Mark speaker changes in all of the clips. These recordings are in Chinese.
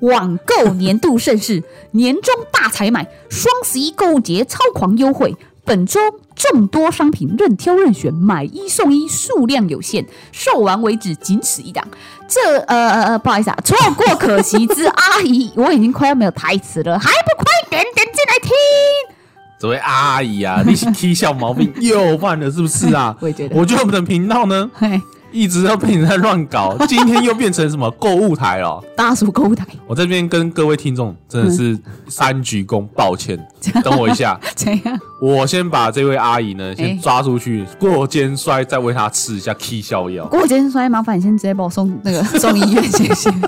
Speaker 1: 网购年度盛事，年终大采买，双十一购物节超狂优惠。本周众多商品任挑任选，买一送一，数量有限，售完为止，仅此一档。这呃呃呃，不好意思啊，错过可惜之阿姨，我已经快要没有台词了，还不快点点进来听？？
Speaker 2: 这位阿姨啊，你是 K 小毛病又犯了是不是啊
Speaker 1: 我也觉得
Speaker 2: 我觉得我们的频道呢，
Speaker 1: 嘿，
Speaker 2: 一直都被你在乱 搞，今天又变成什么购物台哦。
Speaker 1: 大叔购物台，
Speaker 2: 我在这边跟各位听众真的是
Speaker 1: 嗯
Speaker 2: 三鞠躬，抱歉，等我一 下，
Speaker 1: 怎样？
Speaker 2: 我先把这位阿姨呢先
Speaker 1: 哎
Speaker 2: 抓出去过肩摔，再喂她吃一下 K 逍药，
Speaker 1: 郭先生，麻烦你先直接把我送那个送 医院，谢谢，不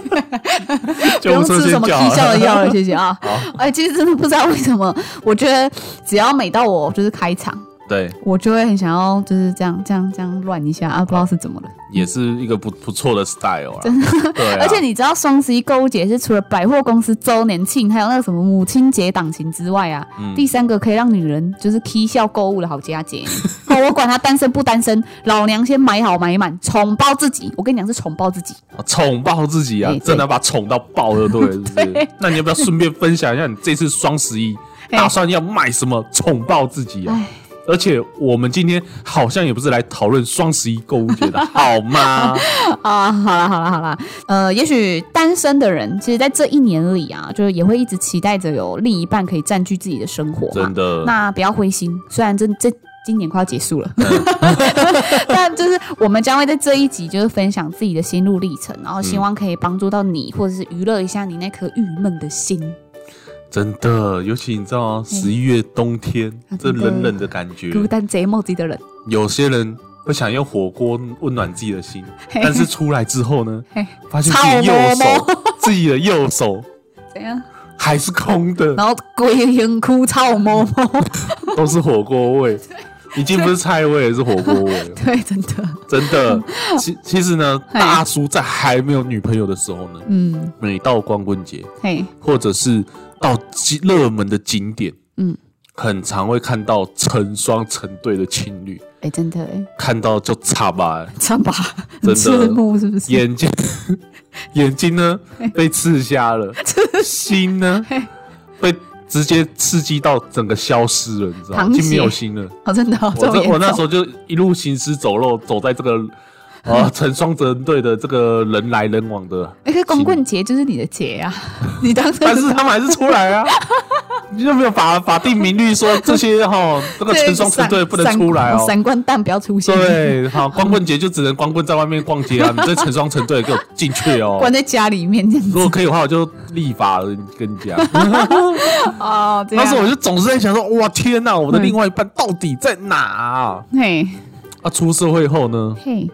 Speaker 2: 救
Speaker 1: 用
Speaker 2: 护车
Speaker 1: 吃什
Speaker 2: 先
Speaker 1: 么
Speaker 2: 叫啊
Speaker 1: 提效的药
Speaker 2: 好
Speaker 1: 了，
Speaker 2: 了。
Speaker 1: 谢谢啊。哎，其实真的不知道为什么，我觉得只要每到我就是开场，
Speaker 2: 对，
Speaker 1: 我就会很想要就是这样这样这样乱一下啊，不知道是怎么了。
Speaker 2: 也是一个不不错的 style 啦。真的，对啊，
Speaker 1: 而且你知道双十一购物节是除了百货公司周年庆，还有那个什么母亲节档期之外啊，
Speaker 2: 嗯
Speaker 1: 第三个可以让女人就是 K 笑购物的好佳节。 哦我管他单身不单身，老娘先买好买满，宠爆自己。我跟你讲是宠爆自己。
Speaker 2: 宠爆自己啊
Speaker 1: 哎，对
Speaker 2: 真的要把宠到爆就对 了，是不
Speaker 1: 对
Speaker 2: 是？那你要不要顺便分享一下你这次双十一
Speaker 1: 哎
Speaker 2: 打算要卖什么宠爆自己啊
Speaker 1: 哎？
Speaker 2: 而且我们今天好像也不是来讨论双十一购物 节的，好吗？
Speaker 1: 啊，好啦好啦好啦，呃，也许单身的人，其实在这一年里啊，就是也会一直期待着有另一半可以占据自己的生活嘛
Speaker 2: 真。的，
Speaker 1: 那不要灰心，虽然这这今年快要结束了，
Speaker 2: 嗯
Speaker 1: 但就是我们将会在这一集就是分享自己的心路历程，然后希望可以帮助到你，或者是娱乐一下你那颗郁闷的心。
Speaker 2: 真的，尤其你知道吗？十一月冬天
Speaker 1: 哎啊，
Speaker 2: 这
Speaker 1: 真的
Speaker 2: 冷冷的感觉，
Speaker 1: 孤单贼莫急的人，
Speaker 2: 有些人会想用火锅温暖自己的心，
Speaker 1: 嘿
Speaker 2: 但是出来之后呢
Speaker 1: 嘿，
Speaker 2: 发现自己
Speaker 1: 草
Speaker 2: 右手，自己的右手
Speaker 1: 怎
Speaker 2: 啊
Speaker 1: 样？
Speaker 2: 还是空 的，
Speaker 1: 然后鬼影枯燥摸摸，。
Speaker 2: 都是火锅味，已经不是菜味，是火锅味了
Speaker 1: 对， 真的，
Speaker 2: 真 的，其其实呢，
Speaker 1: 嘿
Speaker 2: 大叔在还没有女朋友的时候呢，
Speaker 1: 嗯，
Speaker 2: 每到光棍节
Speaker 1: 嘿，
Speaker 2: 或者是到景热门的景点，
Speaker 1: 嗯，
Speaker 2: 很常会看到成双成对的情侣，
Speaker 1: 哎、真的、哎，
Speaker 2: 看到就差 吧，
Speaker 1: 唱吧，很
Speaker 2: 真的
Speaker 1: 刺目是不是？
Speaker 2: 眼睛眼睛呢被刺瞎 了，心呢
Speaker 1: 嘿
Speaker 2: 被直接刺激到整个消失了，你知道吗？
Speaker 1: 淌
Speaker 2: 已经没有
Speaker 1: 血
Speaker 2: 心了。
Speaker 1: 哦，真的、哦，
Speaker 2: 我
Speaker 1: 这么
Speaker 2: 这
Speaker 1: 严
Speaker 2: 我那时
Speaker 1: 重
Speaker 2: 候就一路行尸走肉，走在 这个呃成双成对的这个人来人往的，
Speaker 1: 哎可是光棍节就是你的节啊，你当时
Speaker 2: 但是他们还是出来 啊。你有没有法法定明律说这些 哈，这个成双成对不能出来哦？
Speaker 1: 闪光蛋不要出现，，
Speaker 2: 对，好，光棍节就只能光棍在外面逛街啊，你这成双成对给我进去 哦。
Speaker 1: 关在家里面这样
Speaker 2: 如果可以的话，我就立法了，跟你 讲。
Speaker 1: 哦，这
Speaker 2: 那
Speaker 1: 样。
Speaker 2: 时候我就总是在想说，哇天哪，
Speaker 1: 嗯
Speaker 2: 我的另外一半到底在哪啊？
Speaker 1: 嘿
Speaker 2: 啊，出社会后呢，
Speaker 1: 嘿，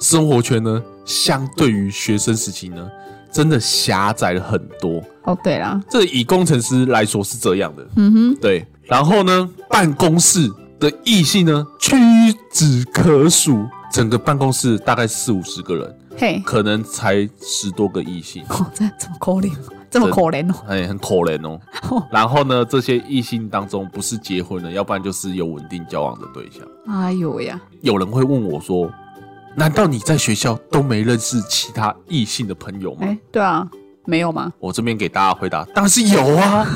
Speaker 2: 生活圈呢，相对于学生时期呢，真的狭窄了很多。
Speaker 1: 哦对啦，
Speaker 2: 这以工程师来说是这样的，
Speaker 1: 嗯哼，
Speaker 2: 对。然后呢，办公室的异性呢，屈指可数，整个办公室大概四五十个人，
Speaker 1: 嘿，
Speaker 2: 可能才十多个异性，
Speaker 1: 哦，这这么可怜，这么可怜哦，
Speaker 2: 哎，很可 怜哦。然后呢，这些异性当中，不是结婚了，要不然就是有稳定交往的对象。
Speaker 1: 哎呦呀，
Speaker 2: 有人会问我说：“难道你在学校都没认识其他异性的朋友吗？”
Speaker 1: 哎，对啊，没有吗？
Speaker 2: 我这边给大家回答，当然是 有啊。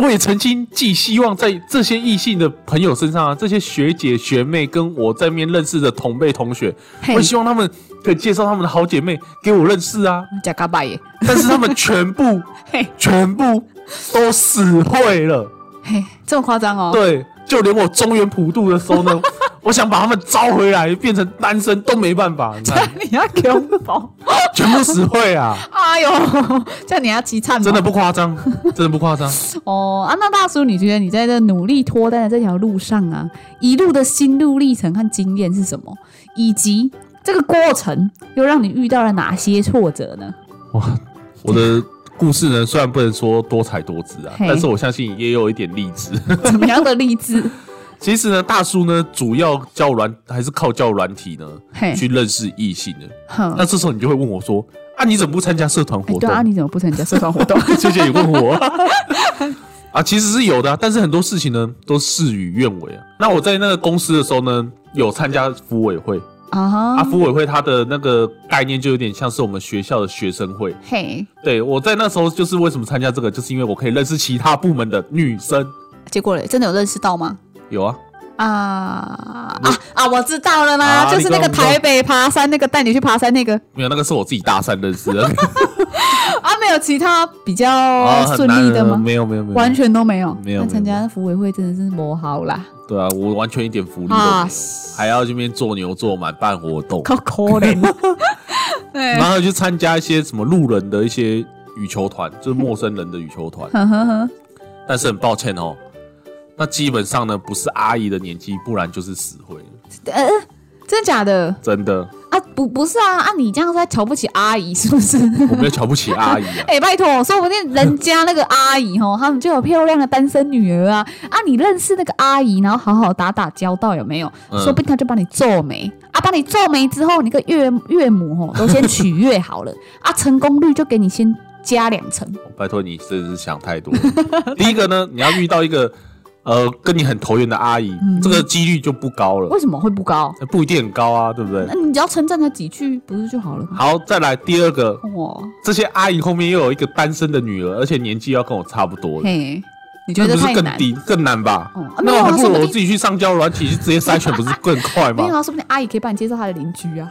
Speaker 2: 我也曾经寄希望在这些异性的朋友身上啊，这些学姐学妹跟我在面认识的同辈同学，
Speaker 1: 嘿
Speaker 2: 我，希望他们可以介绍他们的好姐妹给我认识 啊。
Speaker 1: 假嘎拜耶，
Speaker 2: 但是他们全 部
Speaker 1: 嘿
Speaker 2: 全部都死会了，
Speaker 1: 嘿，这么夸张哦？
Speaker 2: 对，就连我中原普渡的时候呢，我想把他们招回来变成单身都没 办法，你看
Speaker 1: 你要给我包，
Speaker 2: 全部死会啊，
Speaker 1: 哎呦，这样你要积惨哦
Speaker 2: 真的不 夸张，真的不夸张。
Speaker 1: 哦啊！那大叔，你觉得你在这努力脱单的这条路上啊，一路的心路历程和经验是什么？以及这个过程又让你遇到了哪些挫折 呢？
Speaker 2: 哇，我的故事呢，虽然不能说多彩多姿啊，
Speaker 1: 嘿
Speaker 2: 但是我相信也有一点励志。
Speaker 1: 怎么样的励志？
Speaker 2: 其实呢，大叔呢，主要教软还是靠教软体呢
Speaker 1: 嘿，
Speaker 2: 去认识异性的。
Speaker 1: 哼，
Speaker 2: 那这时候你就会问我说：“啊，你怎么不参加社团
Speaker 1: 哎
Speaker 2: 活
Speaker 1: 对
Speaker 2: 动
Speaker 1: 啊， 你怎么不参加社团活动？？”
Speaker 2: 谢谢你问我。 啊，其实是有的、啊，但是很多事情呢都事与愿违啊。那我在那个公司的时候呢，有参加服委会，
Speaker 1: 啊
Speaker 2: 啊，
Speaker 1: 哈，
Speaker 2: 服委会它的那个概念就有点像是我们学校的学生会。
Speaker 1: 嘿，
Speaker 2: 对我在那时候就是为什么参加这个，就是因为我可以认识其他部门的女生。
Speaker 1: 结果嘞，真的有认识到吗？
Speaker 2: 有啊，
Speaker 1: 啊啊啊！我知道了啦，
Speaker 2: 啊
Speaker 1: 就是那个
Speaker 2: 你跟我们
Speaker 1: 台北爬山，那个带你去爬山那个
Speaker 2: 没有那个是我自己大三认识的
Speaker 1: 啊，没有其他比 较
Speaker 2: 啊，很
Speaker 1: 哦顺
Speaker 2: 难
Speaker 1: 利的吗？
Speaker 2: 没有没有没有，
Speaker 1: 完全都没有，
Speaker 2: 没有
Speaker 1: 那
Speaker 2: 没有
Speaker 1: 参加服委会真的是磨好啦
Speaker 2: 对啊，我完全一点福利都没有，
Speaker 1: 啊，
Speaker 2: 还要这边做牛做马办活动，
Speaker 1: 可可怜。
Speaker 2: 啊
Speaker 1: 对
Speaker 2: 然，后去参加一些什么路人的一些羽球团，就是陌生人的羽球团。
Speaker 1: 呵呵呵，
Speaker 2: 但是很抱歉哦，那基本上呢不是阿姨的年纪，不然就是死灰了，
Speaker 1: 呃， 真的假的
Speaker 2: 真的，
Speaker 1: 啊？不，不是啊，啊，你这样是在瞧不起阿姨是不是？
Speaker 2: 我没有瞧不起阿姨啊。
Speaker 1: 哎、拜托，说不定人家那个阿姨吼，他们就有漂亮的单身女儿啊啊！你认识那个阿姨，然后好好打打交道，有没有？
Speaker 2: 嗯
Speaker 1: 说不定她就帮你皱眉啊，帮你皱眉之后，你个岳岳母 吼都先取悦好了啊，成功率就给你先加两成。
Speaker 2: 哦拜托你真的是想太多了。第一个呢，你要遇到一个呃跟你很投缘的阿姨，
Speaker 1: 嗯
Speaker 2: 这个几率就不高了，
Speaker 1: 为什么会不高？
Speaker 2: 呃不一定很高啊，对不对
Speaker 1: 那？你只要称赞她几句不是就好了吗？
Speaker 2: 好，再来第二个，
Speaker 1: 哦，
Speaker 2: 这些阿姨后面又有一个单身的女儿，而且年纪要跟我差不多的，
Speaker 1: 嘿，你觉
Speaker 2: 那
Speaker 1: 得
Speaker 2: 不是
Speaker 1: 太
Speaker 2: 更
Speaker 1: 难？
Speaker 2: 低更难吧？
Speaker 1: 哦啊没有啊
Speaker 2: 那还不
Speaker 1: 说不
Speaker 2: 如我
Speaker 1: 定
Speaker 2: 自己去上交友软体去直接筛选，不是更 快
Speaker 1: 没有
Speaker 2: 吗？
Speaker 1: 啊，说不定阿姨可以帮你介绍她的邻居啊，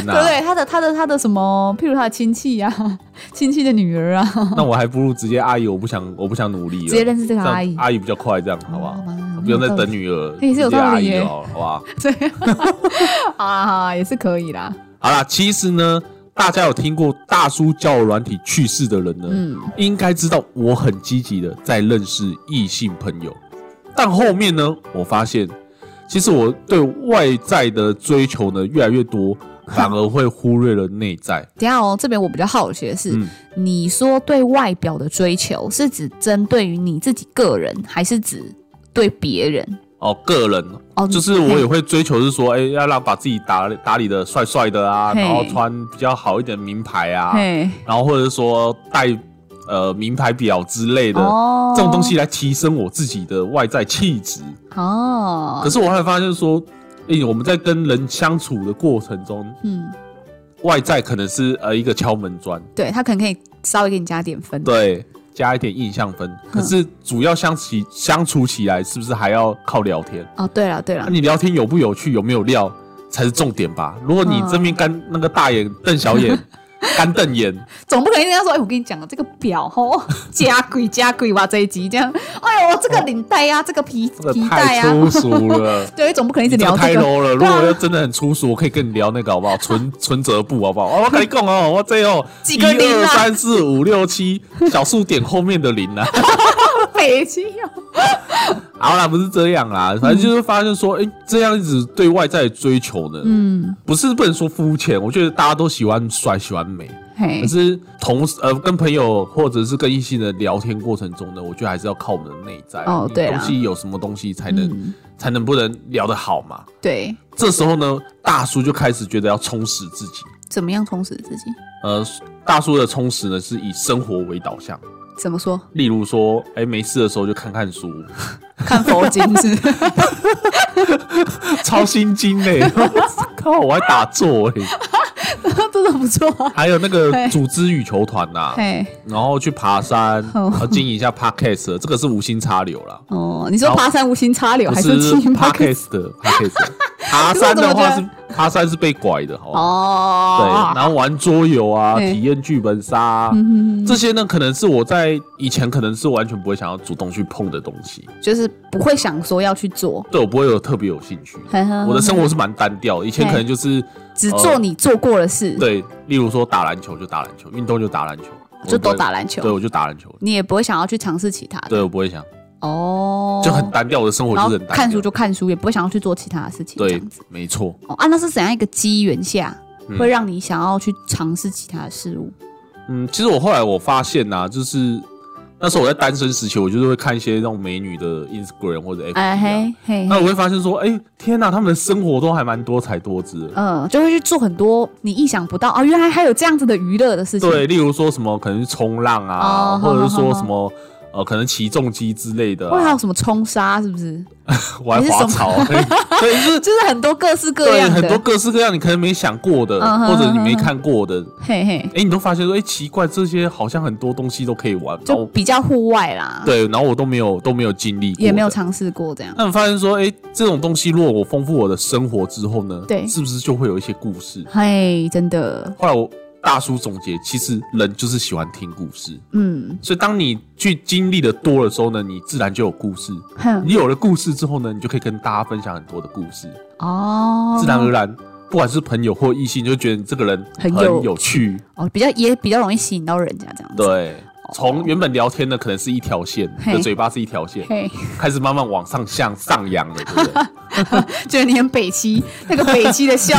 Speaker 1: 对不
Speaker 2: 哪，
Speaker 1: 对？她的、她的、她的什么，譬如她的亲戚呀、啊， 亲戚的女儿啊，
Speaker 2: 那我还不如直接阿姨，我不想我不想努力了，
Speaker 1: 直接认识这
Speaker 2: 这
Speaker 1: 个
Speaker 2: 样
Speaker 1: 阿姨。
Speaker 2: 阿姨比较快，这样好不好
Speaker 1: 哦？蛮蛮有
Speaker 2: 不用再
Speaker 1: 道理
Speaker 2: 等女儿，
Speaker 1: 也是有
Speaker 2: 直接
Speaker 1: 道
Speaker 2: 阿
Speaker 1: 理
Speaker 2: 姨
Speaker 1: 耶
Speaker 2: 就好了，好不好？
Speaker 1: 对，好啦好啊啦，也是可以啦。
Speaker 2: 好啦，其实呢，大家有听过大叔交友软体去世的人呢，
Speaker 1: 嗯
Speaker 2: 应该知道我很积极的在认识异性朋友，但后面呢，我发现其实我对外在的追求呢越来 越多，反而会忽略了内在。
Speaker 1: 等一下哦，这边我比较好奇的是，
Speaker 2: 嗯
Speaker 1: 你说对外表的追求是指针对于你自己个人，还是指对别人？
Speaker 2: 哦，个人
Speaker 1: 哦，
Speaker 2: 就是我也会追求，是说，哎、要让把自己打打理的帅帅的啊，
Speaker 1: 嗯嘿
Speaker 2: 然后穿比较好一点的名牌啊，
Speaker 1: 嘿，
Speaker 2: 然后或者说戴呃名牌表之类的，
Speaker 1: 哦
Speaker 2: 这种东西来提升我自己的外在气质。可
Speaker 1: 哦，
Speaker 2: 是我后来发现说，诶、我们在跟人相处的过程中，
Speaker 1: 嗯，
Speaker 2: 外在可能是呃一个敲门砖，
Speaker 1: 对他可能可以稍微给你加点分。
Speaker 2: 对，加一点印象分。
Speaker 1: 嗯
Speaker 2: 可是主要相起相处起来，是不是还要靠聊天？
Speaker 1: 哦，对了对
Speaker 2: 那、
Speaker 1: 了，
Speaker 2: 你聊天有不有趣，有没有料才是重点吧？如果你
Speaker 1: 嗯
Speaker 2: 这边干、那个大眼瞪小 眼，干瞪眼，
Speaker 1: 总不可能跟他说，哎、我跟你讲了，这个表吼， 加贵加贵哇，这一集这样，哎呦，这个领带啊，这个皮
Speaker 2: 哦这个
Speaker 1: 皮带
Speaker 2: 太
Speaker 1: 啊，
Speaker 2: 粗俗了。
Speaker 1: 对，总不可能一直
Speaker 2: 你这
Speaker 1: 聊
Speaker 2: 个太
Speaker 1: 这个。
Speaker 2: low 了，如
Speaker 1: 对
Speaker 2: 果
Speaker 1: 啊
Speaker 2: 要真的很粗俗，我可以跟你聊那个好不好？ 存存折簿好不好？哦我跟你讲哦，我这哦，
Speaker 1: 几个零啊
Speaker 2: 一二三四五六七小数点后面的零啊。
Speaker 1: 北京啊，
Speaker 2: 好啦，不是这样啦，反正就是发现说，哎、这样子对外在的追求呢，
Speaker 1: 嗯，
Speaker 2: 不是不能说肤浅，我觉得大家都喜欢帅，喜欢美。
Speaker 1: 嘿
Speaker 2: 可，是同时，呃，跟朋友或者是跟异性的聊天过程中呢，我觉得还是要靠我们的内在
Speaker 1: 哦
Speaker 2: 你
Speaker 1: 对啦
Speaker 2: 东西有什么东西才能、
Speaker 1: 嗯
Speaker 2: 才能不能聊得好嘛？
Speaker 1: 对，
Speaker 2: 这时候呢，大叔就开始觉得要充实自己。
Speaker 1: 怎么样充实自己？
Speaker 2: 呃，大叔的充实呢是以生活为导向，
Speaker 1: 怎么 说？
Speaker 2: 例如说，哎、没事的时候就看看书，
Speaker 1: 看佛经是 不是
Speaker 2: 超心经嘞、靠，我还打坐哎、
Speaker 1: 真的不错啊。
Speaker 2: 还有那个
Speaker 1: 嘿
Speaker 2: 组织羽球团呐、
Speaker 1: 嘿，
Speaker 2: 然后去爬山，
Speaker 1: 哦
Speaker 2: 然后经营一下 podcast，这个是无心插柳啦，
Speaker 1: 哦，你说
Speaker 2: 好
Speaker 1: 爬山无心插柳
Speaker 2: 不
Speaker 1: 还
Speaker 2: 是
Speaker 1: 是青蛙
Speaker 2: podcast 的 podcast。爬山的话是爬山是被拐的哦。对，
Speaker 1: 哦，嗯
Speaker 2: 然后玩桌游啊，
Speaker 1: 对
Speaker 2: 体验剧本杀、啊，这些呢，可能是我在以前可能是完全不会想要主动去碰的东西，
Speaker 1: 就是不会想说要去做，
Speaker 2: 对我不会有特别有兴趣。我
Speaker 1: 我
Speaker 2: 的生活是蛮单调的，以前
Speaker 1: 嗯嘿
Speaker 2: 可能就是
Speaker 1: 只做你做过的事，
Speaker 2: 对，例如说打篮球就打篮球，运动就打篮球，
Speaker 1: 就
Speaker 2: 我不
Speaker 1: 都
Speaker 2: 会
Speaker 1: 打篮
Speaker 2: 对，
Speaker 1: 球，
Speaker 2: 我就打篮球，
Speaker 1: 你也不会想要去尝试其他的。
Speaker 2: 对我不会想，
Speaker 1: 哦，
Speaker 2: 就很单调，我的生活
Speaker 1: 然
Speaker 2: 就
Speaker 1: 后
Speaker 2: 是很单调。
Speaker 1: 看书就看书，也不会想要去做其他的事情，这
Speaker 2: 对
Speaker 1: 样子。，
Speaker 2: 没错，
Speaker 1: 哦啊，那是怎样一个机缘下
Speaker 2: 嗯
Speaker 1: 会让你想要去尝试其他的事物？
Speaker 2: 嗯，其实我后来我发现呐、就是那时候我在单身时期，我就是会看一些那种美女的 Instagram 或者 FB，、
Speaker 1: 哎
Speaker 2: 啊、
Speaker 1: 嘿嘿，
Speaker 2: 那我会发现说，哎、天呐，他们的生活都还蛮多彩多姿的。
Speaker 1: 嗯，就会去做很多你意想不到啊，原来还有这样子的娱乐的事情。
Speaker 2: 对，例如说什么可能是冲浪啊，
Speaker 1: 哦
Speaker 2: 或
Speaker 1: 好
Speaker 2: 者是
Speaker 1: 好
Speaker 2: 说
Speaker 1: 好
Speaker 2: 什么呃，可能起重机之类的、
Speaker 1: 外还有
Speaker 2: 啊，
Speaker 1: 什么冲沙是不是？
Speaker 2: 我还
Speaker 1: 你是
Speaker 2: 滑
Speaker 1: 什么
Speaker 2: 草， 所以 就是
Speaker 1: 就是很多各式各
Speaker 2: 对
Speaker 1: 样的，
Speaker 2: 很多各式各样你可能没想过的，
Speaker 1: 嗯哼
Speaker 2: 或者你
Speaker 1: 嗯
Speaker 2: 没
Speaker 1: 哼
Speaker 2: 看过的，
Speaker 1: 嘿嘿，
Speaker 2: 哎、你都发现说，哎、奇怪，这些好像很多东西都可以玩，然后
Speaker 1: 就比较户外啦，，
Speaker 2: 哦对，然后我都没有都没有经历过，
Speaker 1: 也没有。尝试过这样。
Speaker 2: 那你发现说，哎、这种东西如果我丰富我的生活之后呢，
Speaker 1: 对
Speaker 2: 是不是就会有一些故事？
Speaker 1: 嘿，真的，
Speaker 2: 后来我大叔总结，其实人就是喜欢听故事，
Speaker 1: 嗯，
Speaker 2: 所以当你去经历的多的时候呢，你自然就有故事。
Speaker 1: 哼，
Speaker 2: 你有了故事之后呢，你就可以跟大家分享很多的故事，
Speaker 1: 哦，
Speaker 2: 自然而然，不管是朋友或异性，就觉得你这个人
Speaker 1: 很有
Speaker 2: 有趣。
Speaker 1: 哦，比较也比较容易吸引到人家这样子。
Speaker 2: 对，哦从原本聊天呢，可能是一条线，
Speaker 1: 嘿
Speaker 2: 的嘴巴是一条线，
Speaker 1: 嘿，
Speaker 2: 开始慢慢往上向上扬了，对不对？
Speaker 1: 觉得你很北七，那个北七的笑，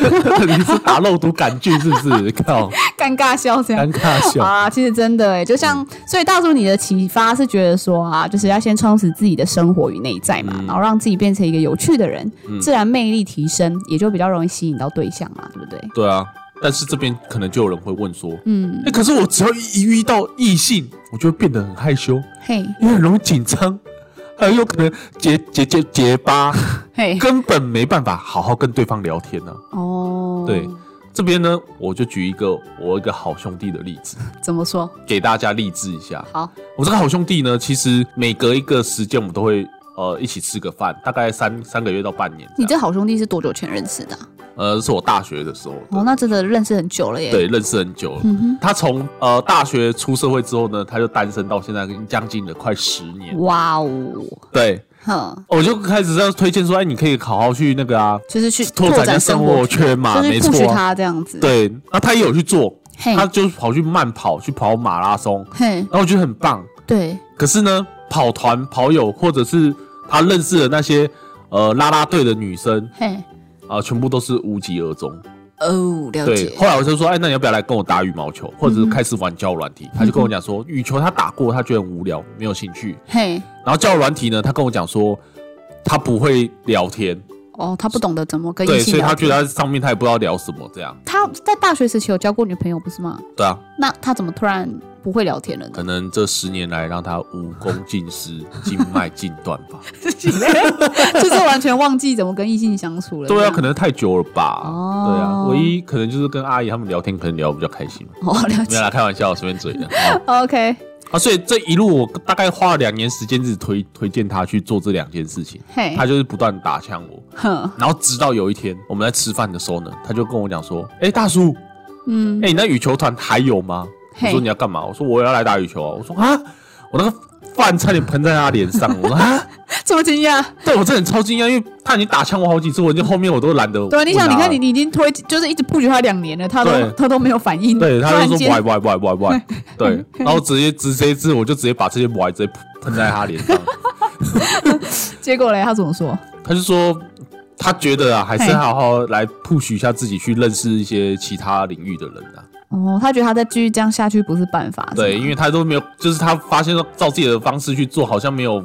Speaker 2: 你是打肉毒杆菌是不是？ 靠，
Speaker 1: 尴尬笑这样。
Speaker 2: 尴尬笑。嗯
Speaker 1: 啊，其实真的哎，就像所以大叔你的启发是觉得说啊，就是要先充实自己的生活与内在
Speaker 2: 嗯
Speaker 1: 嘛，然后让自己变成一个有趣的人，自然魅力提升，也就比较容易吸引到对象嘛，对不对？
Speaker 2: 对啊，但是这边可能就有人会问说，
Speaker 1: 嗯，
Speaker 2: 哎，可是我只要一遇到异性，我就会变得很害羞，
Speaker 1: 嘿，
Speaker 2: 因为很容易紧张，还有可能结结结结 巴，
Speaker 1: 嘿，
Speaker 2: 根本没办法好好跟对方聊天呢、
Speaker 1: 哦，
Speaker 2: 对，这边呢，我就举一个我一个好兄弟的例 子，
Speaker 1: 怎么说？
Speaker 2: 给大家励志一下。
Speaker 1: 好，
Speaker 2: 我这个好兄弟呢，其实每隔一个时间我们都会呃一起吃个饭，大概三三个月到半年这
Speaker 1: 你
Speaker 2: 样。
Speaker 1: 这好兄弟是多久前认识的啊、
Speaker 2: 呃，这是我大学的时候，
Speaker 1: 哦，那真的认识很久了耶。，
Speaker 2: 对，认识很久了。
Speaker 1: 嗯哼，
Speaker 2: 他从呃大学出社会之后呢，他就单身到现在，将近了快十年。
Speaker 1: 哇哦，
Speaker 2: 对，
Speaker 1: 哼，
Speaker 2: 我就开始在推荐说，哎，你可以好好去那个啊，
Speaker 1: 就是去
Speaker 2: 拓展一下
Speaker 1: 展
Speaker 2: 生
Speaker 1: 活
Speaker 2: 活，圈嘛，
Speaker 1: 就
Speaker 2: 没
Speaker 1: 是 push
Speaker 2: 错啊。
Speaker 1: 他这哎样子。，
Speaker 2: 对，那他也有去做，
Speaker 1: 嘿
Speaker 2: 他，就跑去慢跑，去跑马拉松，
Speaker 1: 嘿，
Speaker 2: 然后我觉得很棒。
Speaker 1: 对，
Speaker 2: 可是呢，跑团、跑友或者是他认识的那些呃啦啦队的女生
Speaker 1: 嘿，
Speaker 2: 啊、全部都是无疾而终。
Speaker 1: 哦，了
Speaker 2: 对，
Speaker 1: 解。嗯
Speaker 2: 后来我就说，哎，那你要不要来跟我打羽毛球，或者是开始玩交友软体？他就跟我讲说，羽球他打过，他觉得很无聊，没有兴趣。
Speaker 1: 嘿，
Speaker 2: 然后交友软体呢，他跟我讲说，他不会聊天，
Speaker 1: 哦，他不懂得怎么跟异
Speaker 2: 对，
Speaker 1: 性
Speaker 2: 所以
Speaker 1: 聊
Speaker 2: 他觉
Speaker 1: 天。
Speaker 2: 得他上面他也不知道聊什么这样。
Speaker 1: 他在大学时期有交过女朋友，不是吗？
Speaker 2: 对啊，
Speaker 1: 那他怎么突然不会聊天了
Speaker 2: 可
Speaker 1: 呢？
Speaker 2: 能这十年来让他武功尽失，经脉尽断吧。
Speaker 1: 就是完全忘记怎么跟异性相处了。
Speaker 2: 对
Speaker 1: 这
Speaker 2: 啊，
Speaker 1: 样
Speaker 2: 可能太久了吧。
Speaker 1: 哦
Speaker 2: 对啊，唯一可能就是跟阿姨他们聊天，可能聊得比较开 心。
Speaker 1: 哦，了
Speaker 2: 没有
Speaker 1: 解。
Speaker 2: 啦，开玩笑，随便嘴的。好
Speaker 1: OK，
Speaker 2: 啊，所以这一路我大概花了两年时间，一直推推荐他去做这两件事情。
Speaker 1: 嘿
Speaker 2: 他，就是不断打枪我，
Speaker 1: 哼，
Speaker 2: 然后直到有一天我们在吃饭的时候呢，他就跟我讲说：“哎、大叔，
Speaker 1: 嗯
Speaker 2: 哎、，你那羽球团还有吗？”我
Speaker 1: 嘿
Speaker 2: 说：“你要干嘛？”我说：“我要来打羽球啊。”我说：“啊，我那个饭差点喷在他脸上。”我说：“啊，
Speaker 1: 这么惊讶？
Speaker 2: 对我真的很超惊讶，因为他已经打枪我好几次，我就后面我都懒得。”
Speaker 1: 对啊，你想，你看你你已经推，就是一直布局他两年了，他
Speaker 2: 对
Speaker 1: 都他都没有反应，
Speaker 2: 对，
Speaker 1: 突
Speaker 2: 他
Speaker 1: 然
Speaker 2: 就说
Speaker 1: 间
Speaker 2: 歪歪歪歪歪， 对，然后直接直接字，我就直接把这些歪直接喷在 他脸上。
Speaker 1: 结果嘞，他怎么说？
Speaker 2: 他就说，他觉得啊，还是
Speaker 1: 嘿
Speaker 2: 好好来 push 一下自己，去认识一些其他领域的人啊。
Speaker 1: 哦，他觉得他再继续这样下去不是办法，
Speaker 2: 对，
Speaker 1: 是吗
Speaker 2: 因为他都没有，就是他发现说照自己的方式去做，好像没有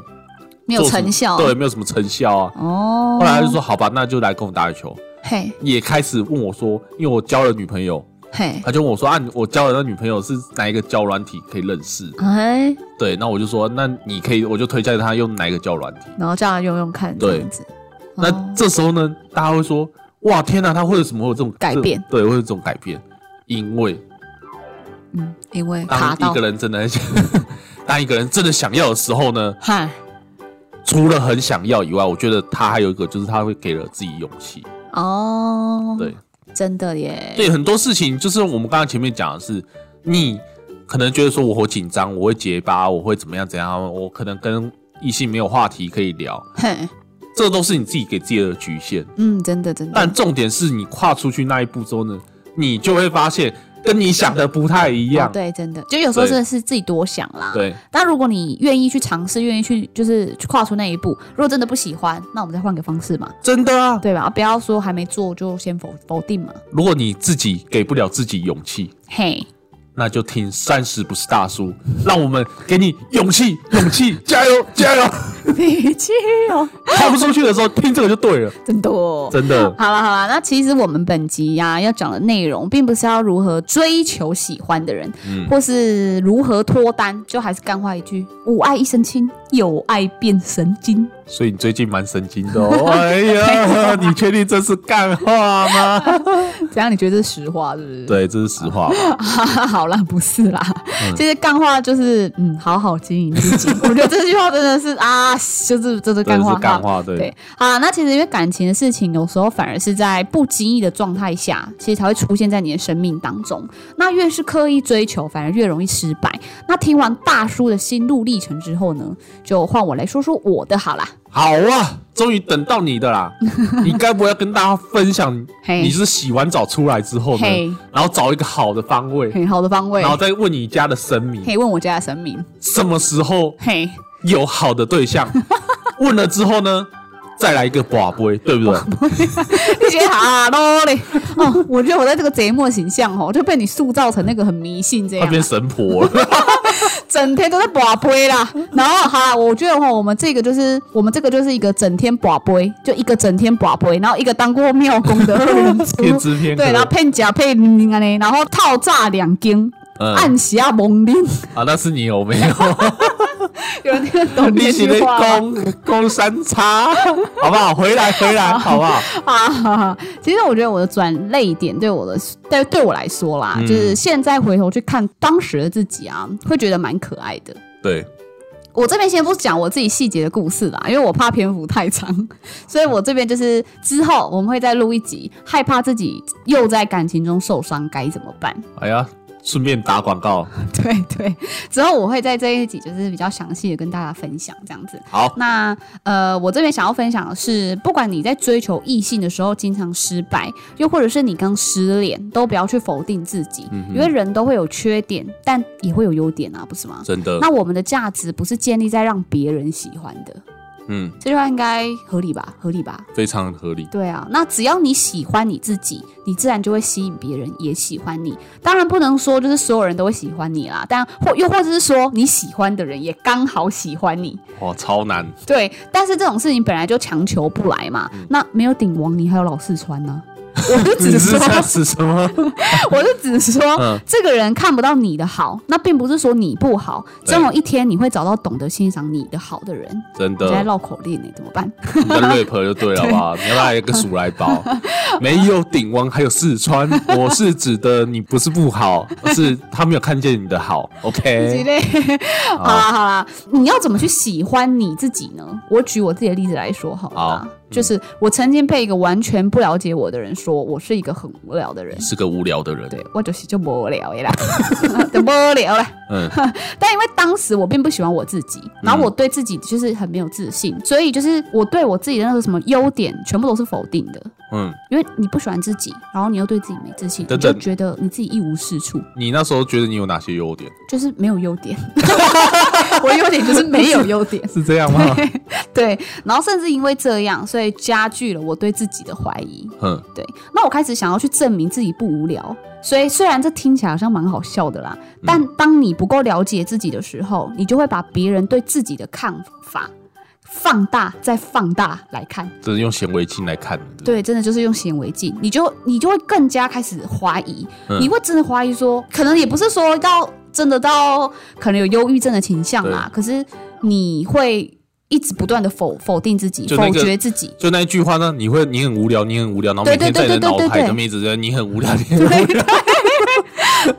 Speaker 1: 没有
Speaker 2: 做什么
Speaker 1: 成效。
Speaker 2: 对，，没有什么成效啊。
Speaker 1: 哦，
Speaker 2: 后来他就，说，好吧，那就来跟我打羽球。
Speaker 1: 嘿，
Speaker 2: 也开始问我说，因为我交了女朋友，
Speaker 1: 嘿，
Speaker 2: 他就问我说，啊，你我交的那女朋友是哪一个交友软体可以认识？
Speaker 1: 哎，
Speaker 2: 对，那我就说，那你可以，我就推荐他用哪一个交友软体。
Speaker 1: 然后叫他用用看，
Speaker 2: 对
Speaker 1: 这样子。
Speaker 2: 那
Speaker 1: 哦
Speaker 2: 这时候呢，大家会说：“哇，天哪、他为什么会有这种
Speaker 1: 改变？
Speaker 2: 这对，会有这种改变，因为
Speaker 1: 嗯，因为卡
Speaker 2: 当一
Speaker 1: 到
Speaker 2: 个，人真的很想， 当一个人真的想要的时候呢，
Speaker 1: 嗨，
Speaker 2: 除了很想要以外，我觉得他还有一个就是他会给了自己勇气。
Speaker 1: 哦，
Speaker 2: 对，
Speaker 1: 真的耶，
Speaker 2: 对，很多事情就是我们刚刚前面讲的是，你可能觉得说我好紧张，我会结巴，我会怎么样怎样，我可能跟异性没有话题可以聊，
Speaker 1: 嘿，
Speaker 2: 这都是你自己给自己的局限。
Speaker 1: 嗯，真的真
Speaker 2: 但
Speaker 1: 的，
Speaker 2: 重点是你跨出去那一步之后呢，你就会发现跟你想的不太一样。
Speaker 1: 哦对，真的，就有时候
Speaker 2: 对
Speaker 1: 真的是自己多想啦。，
Speaker 2: 对
Speaker 1: 但如果你愿意去尝试，愿意去就是去跨出那一步，如果真的不喜欢，那我们再换个方式嘛，
Speaker 2: 真的啊！
Speaker 1: 对吧？不要说还没做就先否否定嘛，
Speaker 2: 如果你自己给不了自己勇气，
Speaker 1: 嘿，
Speaker 2: 那就听三十不是大叔，让我们给你勇气，勇气，加油，加油！
Speaker 1: 脾气哦，
Speaker 2: 看不出去的时候听这个就对了，
Speaker 1: 真的哦。
Speaker 2: 真的。
Speaker 1: 好了好了，那其实我们本集呀、要讲的内容，并不是要如何追求喜欢的人，
Speaker 2: 嗯
Speaker 1: 或是如何脱单，就还是干话一句：无爱一身轻，有爱变神 经。
Speaker 2: 所以你最近蛮神经的哦。 哎 呀，你确定这是干话吗？
Speaker 1: 怎样？你觉得这是实话是不是？
Speaker 2: 对，这是实话吧。
Speaker 1: 好啦，不是啦，
Speaker 2: 嗯
Speaker 1: 这些干话就是嗯，好好经营自 己。我觉得这句话真的是啊，就是这是
Speaker 2: 对
Speaker 1: 干话，
Speaker 2: 是干
Speaker 1: 好
Speaker 2: 话，对。
Speaker 1: 对，好啦，那其实因为感情的事情，有时候反而是在不经意的状态下，其实才会出现在你的生命当中。那越是刻意追求，反而越容易失败。那听完大叔的心路历程之后呢，就换我来说说我的好啦。
Speaker 2: 好啊，终于等到你 的啦！你该不会要跟大家分享，
Speaker 1: 嘿
Speaker 2: 你是洗完澡出来之后呢
Speaker 1: 嘿，
Speaker 2: 然后找一个好的方位，
Speaker 1: 嘿，好的方位
Speaker 2: 然，后再问你家的神明，
Speaker 1: 嘿，问我家的神明，
Speaker 2: 什么时候
Speaker 1: 嘿，
Speaker 2: 有好的 对象？问了之后呢，再来一个寡杯，对不对？
Speaker 1: 你觉得好咯嘞？哦，我觉得我在这个节目的形象哦，就被你塑造成那个很迷信这
Speaker 2: 那
Speaker 1: 样。
Speaker 2: 变神婆 了，
Speaker 1: 整天都在拔杯啦。然后好啦，我觉得哈，我们这个就是我们这个就是一个整天拔杯，就一个整天拔杯，然后一个当过庙公 的二人组，
Speaker 2: 偏执偏
Speaker 1: 对，然后
Speaker 2: 科。
Speaker 1: 骗假骗安尼，然后套炸两斤，
Speaker 2: 嗯，
Speaker 1: 暗时啊蒙拎，
Speaker 2: 啊，那是你有没有？
Speaker 1: 有人听得懂
Speaker 2: 你
Speaker 1: 这
Speaker 2: 写
Speaker 1: 句
Speaker 2: 的
Speaker 1: 话吗？
Speaker 2: 公公三叉，好不好？回来回来，好不好？
Speaker 1: 啊，哈哈其实我觉得我的转泪点对我的对对我来说啦，
Speaker 2: 嗯
Speaker 1: 就是现在回头去看当时的自己啊，会觉得蛮可爱的。
Speaker 2: 对，
Speaker 1: 我这边先不讲我自己细节的故事啦，因为我怕篇幅太长， 所以我这边就是之后我们会再录一集，害怕自己又在感情中受伤该怎么办？
Speaker 2: 哎呀，顺便打广告，
Speaker 1: 对对，之后我会在这一集就是比较详细的跟大家分享这样子。
Speaker 2: 好，
Speaker 1: 那呃，我这边想要分享的是，不管你在追求异性的时候经常失败，又或者是你刚失恋，都不要去否定自己，因为人都会有缺点，但也会有优点啊，不是吗？
Speaker 2: 真的，
Speaker 1: 那我们的价值不是建立在让别人喜欢的，
Speaker 2: 嗯，
Speaker 1: 这句话应该合理吧？合理吧？
Speaker 2: 非常合理，
Speaker 1: 对啊，那只要你喜欢你自己，你自然就会吸引别人也喜欢你。当然不能说就是所有人都会喜欢你啦，但或又或者是说你喜欢的人也刚好喜欢你，
Speaker 2: 哇，超难，
Speaker 1: 对。但是这种事情本来就强求不来嘛，
Speaker 2: 嗯
Speaker 1: 那没有顶王你还有老四川 呢、我就只
Speaker 2: 你是
Speaker 1: 说，
Speaker 2: 在指什么？
Speaker 1: 我就只说，
Speaker 2: 嗯
Speaker 1: 这个人看不到你的好，那并不是说你不好，
Speaker 2: 对
Speaker 1: 总有一天你会找到懂得欣赏你的好的人。
Speaker 2: 真
Speaker 1: 我现在
Speaker 2: 的，
Speaker 1: 绕口令呢、怎么办？
Speaker 2: 你在 rap 就对了，好不好？你要来一个鼠来宝，没有顶王，还有四川，我是指的你不是不好，而是他没有看见你的好
Speaker 1: 之
Speaker 2: ，OK？
Speaker 1: 类。好啦好啦，你要怎么去喜欢你自己呢？我举我自己的例子来说好了
Speaker 2: 好
Speaker 1: 啦，就是我曾经被一个完全不了解我的人说我是一个很无聊的人。
Speaker 2: 是个无聊的人，
Speaker 1: 对，我就是就无聊 的啦，就无聊啦。
Speaker 2: 嗯，
Speaker 1: 但因为当时我并不喜欢我自己，然后我对自己就是很没有自信，所以就是我对我自己的那个什么优点，全部都是否定的。
Speaker 2: 嗯，
Speaker 1: 因为你不喜欢自己，然后你又对自己没自信，你
Speaker 2: 等
Speaker 1: 就
Speaker 2: 等
Speaker 1: 觉得你自己一无是处。
Speaker 2: 你那时候觉得你有哪些优点？
Speaker 1: 就是没有优点。 我的优点就是没有优点，
Speaker 2: 是这样吗？
Speaker 1: 对。然后甚至因为这样，所以加剧了我对自己的怀疑。
Speaker 2: 嗯，
Speaker 1: 对，那我开始想要去证明自己不无聊。所以虽然这听起来好像蛮好笑的啦，但当你不够了解自己的时候，你就会把别人对自己的看法放大，再放大来看。
Speaker 2: 这是用显微镜来看的，
Speaker 1: 对，真的就是用显微镜，你就你就会更加开始怀疑，
Speaker 2: 嗯
Speaker 1: 你会真的怀疑说，可能也不是说到真的到可能有忧郁症的倾向啦，可是你会一直不断的否否定自己，
Speaker 2: 就那个
Speaker 1: 否决自 己。
Speaker 2: 就那一句话呢，你会你很无聊，你很无聊，然后
Speaker 1: 对
Speaker 2: 每天
Speaker 1: 对
Speaker 2: 在
Speaker 1: 对
Speaker 2: 你的
Speaker 1: 对
Speaker 2: 脑
Speaker 1: 对
Speaker 2: 海
Speaker 1: 对
Speaker 2: 里面一直在你很无聊，你很无
Speaker 1: 对
Speaker 2: 聊，
Speaker 1: 对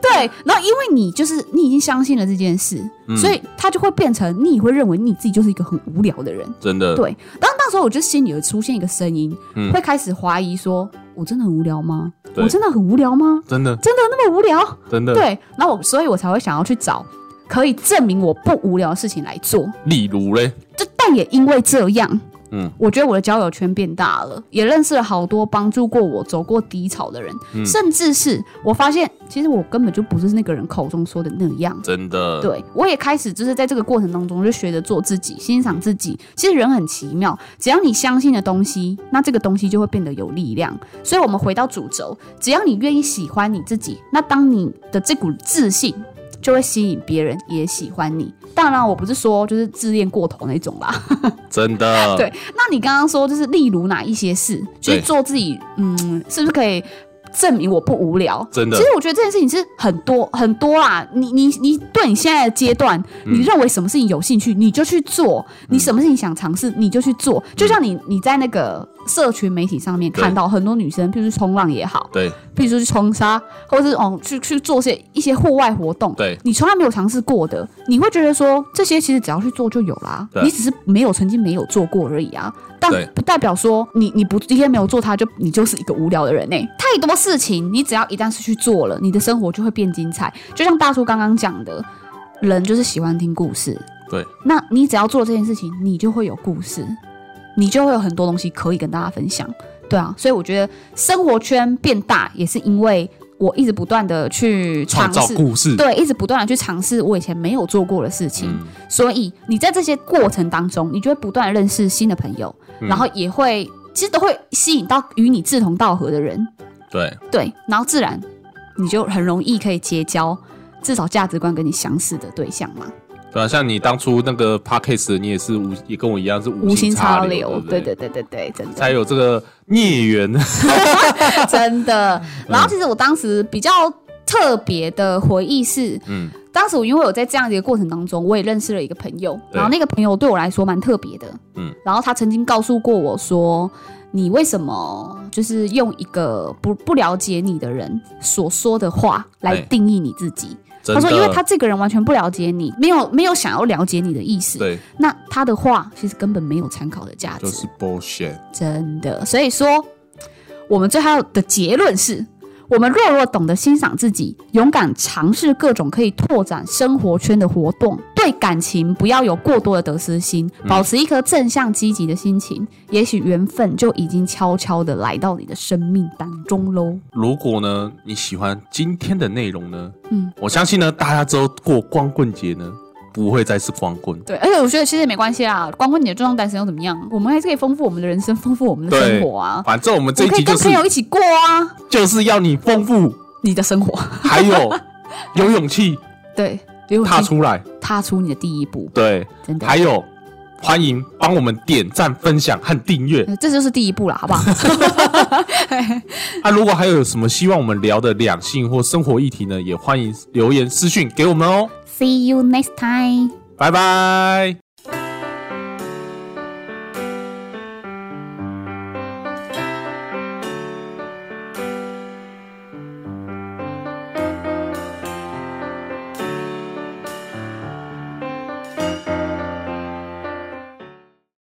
Speaker 1: 对，然后因为你就是你已经相信了这件事，
Speaker 2: 嗯
Speaker 1: 所以他就会变成你也会认为你自己就是一个很无聊的人。
Speaker 2: 真的，
Speaker 1: 对，但那时候我就心里有出现一个声音，
Speaker 2: 嗯
Speaker 1: 会开始怀疑说，我真的很无聊吗？
Speaker 2: 对
Speaker 1: 我真的很无聊吗？
Speaker 2: 真的
Speaker 1: 真的那么无聊？
Speaker 2: 真的，
Speaker 1: 对，那我所以，我才会想要去找可以证明我不无聊的事情来做。
Speaker 2: 例如嘞，
Speaker 1: 就但也因为这样，
Speaker 2: 嗯，
Speaker 1: 我觉得我的交友圈变大了，也认识了好多帮助过我走过低潮的人，甚至是我发现，其实我根本就不是那个人口中说的那样。
Speaker 2: 真的，
Speaker 1: 对，我也开始就是在这个过程当中就学着做自己，欣赏自己。其实人很奇妙，只要你相信的东西，那这个东西就会变得有力量。所以，我们回到主轴，只要你愿意喜欢你自己，那当你的这股自信。就会吸引别人也喜欢你。当然，我不是说就是自恋过头那种啦。
Speaker 2: 真的，
Speaker 1: 对那你刚刚说就是例如哪一些事，就是
Speaker 2: 对
Speaker 1: 做自己，嗯，是不是可以证明我不无聊？
Speaker 2: 真的
Speaker 1: 其实我觉得这件事情是很多很多啦，你你你对你现在的阶段，
Speaker 2: 嗯
Speaker 1: 你认为什么事情有兴趣，你就去做；你什么事情想尝试，你就去做。就像你你在那个社群媒体上面
Speaker 2: 嗯对
Speaker 1: 看到很多女生，譬如去冲浪也好，
Speaker 2: 对
Speaker 1: 譬如说去冲沙，或者是哦去去做些一些户外活动，
Speaker 2: 对
Speaker 1: 你从来没有尝试过的，你会觉得说这些其实只要去做就有啦，
Speaker 2: 对
Speaker 1: 你只是没有曾经没有做过而已啊。但
Speaker 2: 对
Speaker 1: 不代表说你你不今天没有做它，就你就是一个无聊的人呢、太多事情，你只要一旦是去做了，你的生活就会变精彩。就像大叔刚刚讲的，人就是喜欢听故事，
Speaker 2: 对，
Speaker 1: 那你只要做这件事情，你就会有故事，你就会有很多东西可以跟大家分享。对啊，所以我觉得生活圈变大也是因为我一直不断的去
Speaker 2: 创
Speaker 1: 尝
Speaker 2: 造
Speaker 1: 试，
Speaker 2: 故事，
Speaker 1: 对，一直不断的去尝试我以前没有做过的事情。
Speaker 2: 嗯，
Speaker 1: 所以你在这些过程当中，你就会不断地认识新的朋友，
Speaker 2: 嗯
Speaker 1: 然后也会其实都会吸引到与你志同道合的人，
Speaker 2: 对，
Speaker 1: 对，然后自然你就很容易可以结交至少价值观跟你相似的对象嘛。
Speaker 2: 对啊，像你当初那个 podcast，你也是无，也跟我一样是
Speaker 1: 无心
Speaker 2: 插
Speaker 1: 插柳，
Speaker 2: 对
Speaker 1: 对
Speaker 2: 不
Speaker 1: 对对对对，真
Speaker 2: 才
Speaker 1: 的
Speaker 2: 有这个孽缘，
Speaker 1: 真的。然后其实我当时比较特别的回忆是，
Speaker 2: 嗯，
Speaker 1: 当时我因为我在这样的一个过程当中，我也认识了一个朋友，
Speaker 2: 对
Speaker 1: 然后那个朋友对我来说蛮特别的，
Speaker 2: 嗯，
Speaker 1: 然后他曾经告诉过我说，你为什么就是用一个不不了解你的人所说的话来
Speaker 2: 哎
Speaker 1: 定义你自己？
Speaker 2: 真
Speaker 1: 他
Speaker 2: 的，
Speaker 1: 说，因为他这个人完全不了解你，没有没有想要了解你的意思，
Speaker 2: 对，
Speaker 1: 那他的话其实根本没有参考的价值，
Speaker 2: 就是 bullshit，
Speaker 1: 真的，所以说，我们最后的结论是：我们若若懂得欣赏自己，勇敢尝试各种可以拓展生活圈的活动，对感情不要有过多的得失心，保持一颗正向积极的心情，也许缘分就已经悄悄的来到你的生命当中喽。
Speaker 2: 如果呢你喜欢今天的内容呢，
Speaker 1: 嗯，
Speaker 2: 我相信呢大家之后过光棍节呢不会再是光棍，
Speaker 1: 对，而且我觉得其实也没关系啦，光棍你的状态单身又怎么样？我们还是可以丰富我们的人生，丰富我们的
Speaker 2: 对
Speaker 1: 生活啊。
Speaker 2: 反正我们
Speaker 1: 我
Speaker 2: 这一
Speaker 1: 们可
Speaker 2: 集
Speaker 1: 以跟
Speaker 2: 就是
Speaker 1: 朋友一起过啊，
Speaker 2: 就是要你 丰富，
Speaker 1: 你的生活。
Speaker 2: 还有有勇气
Speaker 1: 对，因为
Speaker 2: 踏出来，
Speaker 1: 踏出你的第一步，
Speaker 2: 对，
Speaker 1: 真的。
Speaker 2: 还有欢迎帮我们点赞、分享和订阅。
Speaker 1: 呃这就是第一步了，好不好？
Speaker 2: 啊，如果还有什么希望我们聊的两性或生活议题呢，也欢迎留言私讯给我们哦。
Speaker 1: See you next time.
Speaker 2: 拜拜。